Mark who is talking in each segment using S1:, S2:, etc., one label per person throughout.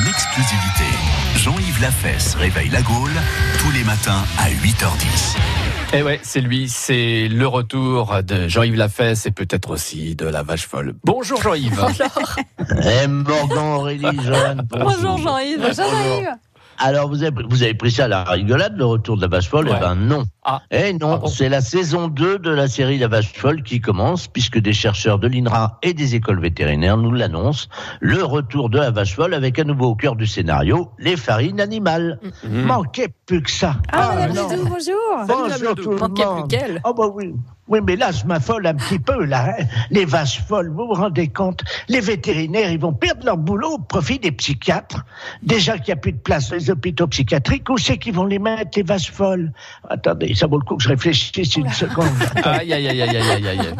S1: exclusivité. Jean-Yves Lafesse réveille la Gaule tous les matins à 8h10.
S2: Et Eh ouais, c'est lui, c'est le retour de Jean-Yves Lafesse et peut-être aussi de la vache folle. Bonjour Jean-Yves.
S3: Eh, Morgan, Aurélie, Johan.
S4: Bonjour Jean-Yves. Jean-Yves.
S3: Alors, vous avez, vous avez pris ça à la rigolade, le retour de la vache folle
S2: Ouais.
S3: Eh ben non.
S2: Ah.
S3: Eh non,
S2: Ah bon
S3: c'est la saison 2 de la série La vache folle qui commence, puisque des chercheurs de l'INRA et des écoles vétérinaires nous l'annoncent. Le retour de la vache folle avec à nouveau au cœur du scénario les farines animales.
S2: Mm-hmm.
S3: Manquait plus que ça.
S4: Ah, Madame
S3: non.
S4: Didou, bonjour.
S3: Bonjour tout le monde. Oh bah oui. Oui, mais là, je m'affole un petit peu, là. hein. Les vaches folles, vous vous rendez compte Les vétérinaires, ils vont perdre leur boulot au profit des psychiatres. Déjà qu'il n'y a plus de place dans les hôpitaux psychiatriques, où c'est qu'ils vont les mettre, les vaches folles Attendez, ça vaut le coup que je réfléchisse une seconde.
S2: Aïe, aïe, aïe, aïe, aïe, aïe, aïe.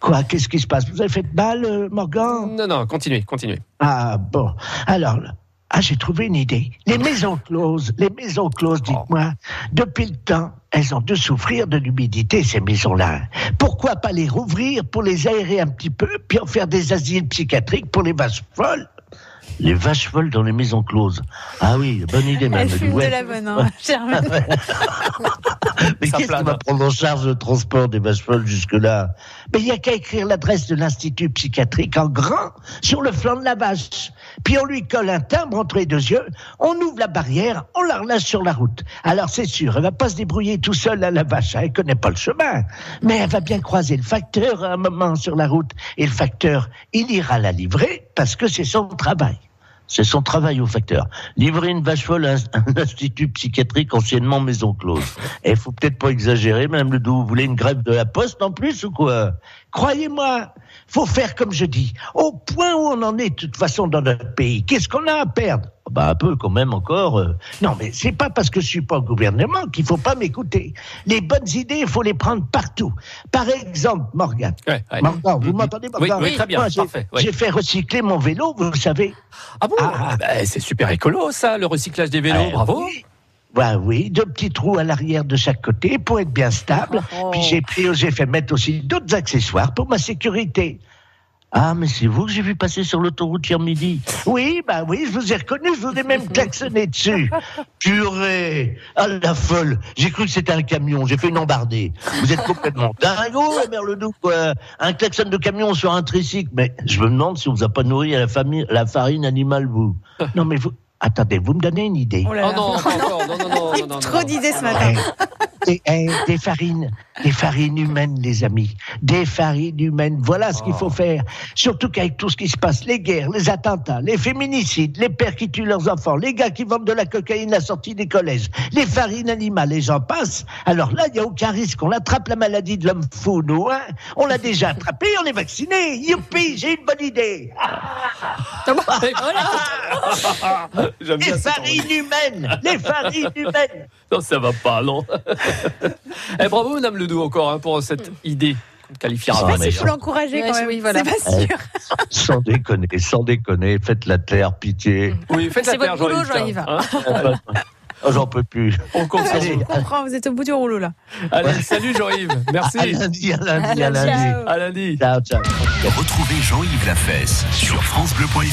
S3: Quoi Qu'est-ce qui se passe Vous avez fait mal, euh, Morgan
S2: Non, non, continuez, continuez.
S3: Ah bon. Alors, ah, j'ai trouvé une idée. Les maisons closes, les maisons closes, dites-moi, depuis le temps, elles ont dû souffrir de l'humidité, ces maisons-là. Pourquoi pas les rouvrir pour les aérer un petit peu, puis en faire des asiles psychiatriques pour les vaches folles Les vaches folles dans les maisons closes. Ah oui, bonne idée,
S4: Elle
S3: madame.
S4: fume
S3: Ouais.
S4: de la bonne, hein, Germaine.
S3: Mais
S2: Ça
S3: qu'est-ce
S2: plane.
S3: qui va prendre en charge le transport des vaches folles jusque-là Mais il n'y a qu'à écrire l'adresse de l'Institut psychiatrique en grand sur le flanc de la vache. Puis on lui colle un timbre entre les deux yeux, on ouvre la barrière, on la relâche sur la route. Alors c'est sûr, elle va pas se débrouiller tout seule à la vache, hein, elle connaît pas le chemin. Mais elle va bien croiser le facteur à un moment sur la route. Et le facteur, il ira la livrer parce que c'est son travail. C'est son travail au facteur. Livrer une vache folle à un, un institut psychiatrique anciennement maison close. Et faut peut-être pas exagérer, Madame Ledoux. Vous voulez une grève de la poste en plus ou quoi Croyez-moi, faut faire comme je dis. Au point où on en est, de toute façon, dans notre pays, qu'est-ce qu'on a à perdre bah un peu quand même encore. euh. Non mais c'est pas parce que je suis pas au gouvernement qu'il faut pas m'écouter. Les bonnes idées, il faut les prendre partout. Par exemple, Morgane.
S2: Ouais, ouais.
S3: Morgane, vous
S2: Mhm.
S3: m'entendez
S2: Oui,
S3: Morgane
S2: oui, très bien,
S3: Moi, j'ai-
S2: parfait, ouais.
S3: J'ai fait recycler mon vélo, vous savez.
S2: Ah bon
S3: Ah.
S2: Ah bah, C'est super écolo, ça, le recyclage des vélos,
S3: Euh,
S2: Ah, bravo.
S3: oui. Bah oui, deux petits trous à l'arrière de chaque côté pour être bien stable.
S4: Oh.
S3: Puis j'ai pris, j'ai fait mettre aussi d'autres accessoires pour ma sécurité. Ah, mais c'est vous que j'ai vu passer sur l'autoroute hier midi. Oui, bah oui, je vous ai reconnu, je vous ai même klaxonné dessus. Purée, à la folle, j'ai cru que c'était un camion, j'ai fait une embardée. Vous êtes complètement dingo, la mère Ledoux, quoi. Un klaxon de camion sur un tricycle, mais je me demande si on vous a pas nourri à la, famille, la farine animale, vous. Non, mais vous, attendez, vous me donnez une idée.
S4: Oh là
S2: Oh
S4: là.
S2: non, pas encore, non, non, non, non, non,
S4: Trop
S2: non.
S4: d'idées ce matin.
S3: Eh, Des, eh, des farines, des farines humaines, les amis, des farines humaines. Voilà ce qu'il faut faire. Surtout qu'avec tout ce qui se passe, les guerres, les attentats, les féminicides, les pères qui tuent leurs enfants, les gars qui vendent de la cocaïne à la sortie des collèges, les farines animales, et j'en passe. Alors là, il n'y a aucun risque. On attrape la maladie de l'homme fou, nous. Hein on l'a déjà attrapé, on est vacciné. Youpi, j'ai une bonne idée.
S2: J'aime
S3: Les
S2: bien cette
S3: farines humaines, les farines humaines.
S2: Non, ça va pas, non. Eh, bravo, Madame Ledoux, encore hein, pour cette idée qu'on qualifiera.
S3: Ah,
S4: Je sais pas
S3: mais
S4: si je peux l'encourager
S5: Ouais,
S4: quand même.
S5: oui, voilà.
S4: C'est pas sûr.
S3: Sans déconner, sans déconner, faites la terre, pitié.
S2: Oui, faites la
S5: C'est votre
S2: terre,
S5: boulot,
S2: Jean-Yves.
S5: Jean-Yves.
S2: hein.
S3: Oh, J'en peux plus.
S2: On compte sur
S3: Allez,
S2: vous.
S4: Je comprends, vous êtes au bout du rouleau là.
S2: Allez, salut Jean-Yves. Merci.
S3: à lundi, à lundi, à
S4: Ciao.
S3: lundi.
S2: À lundi.
S3: Ciao, ciao.
S1: Retrouvez Jean-Yves Lafesse sur FranceBleu.fr.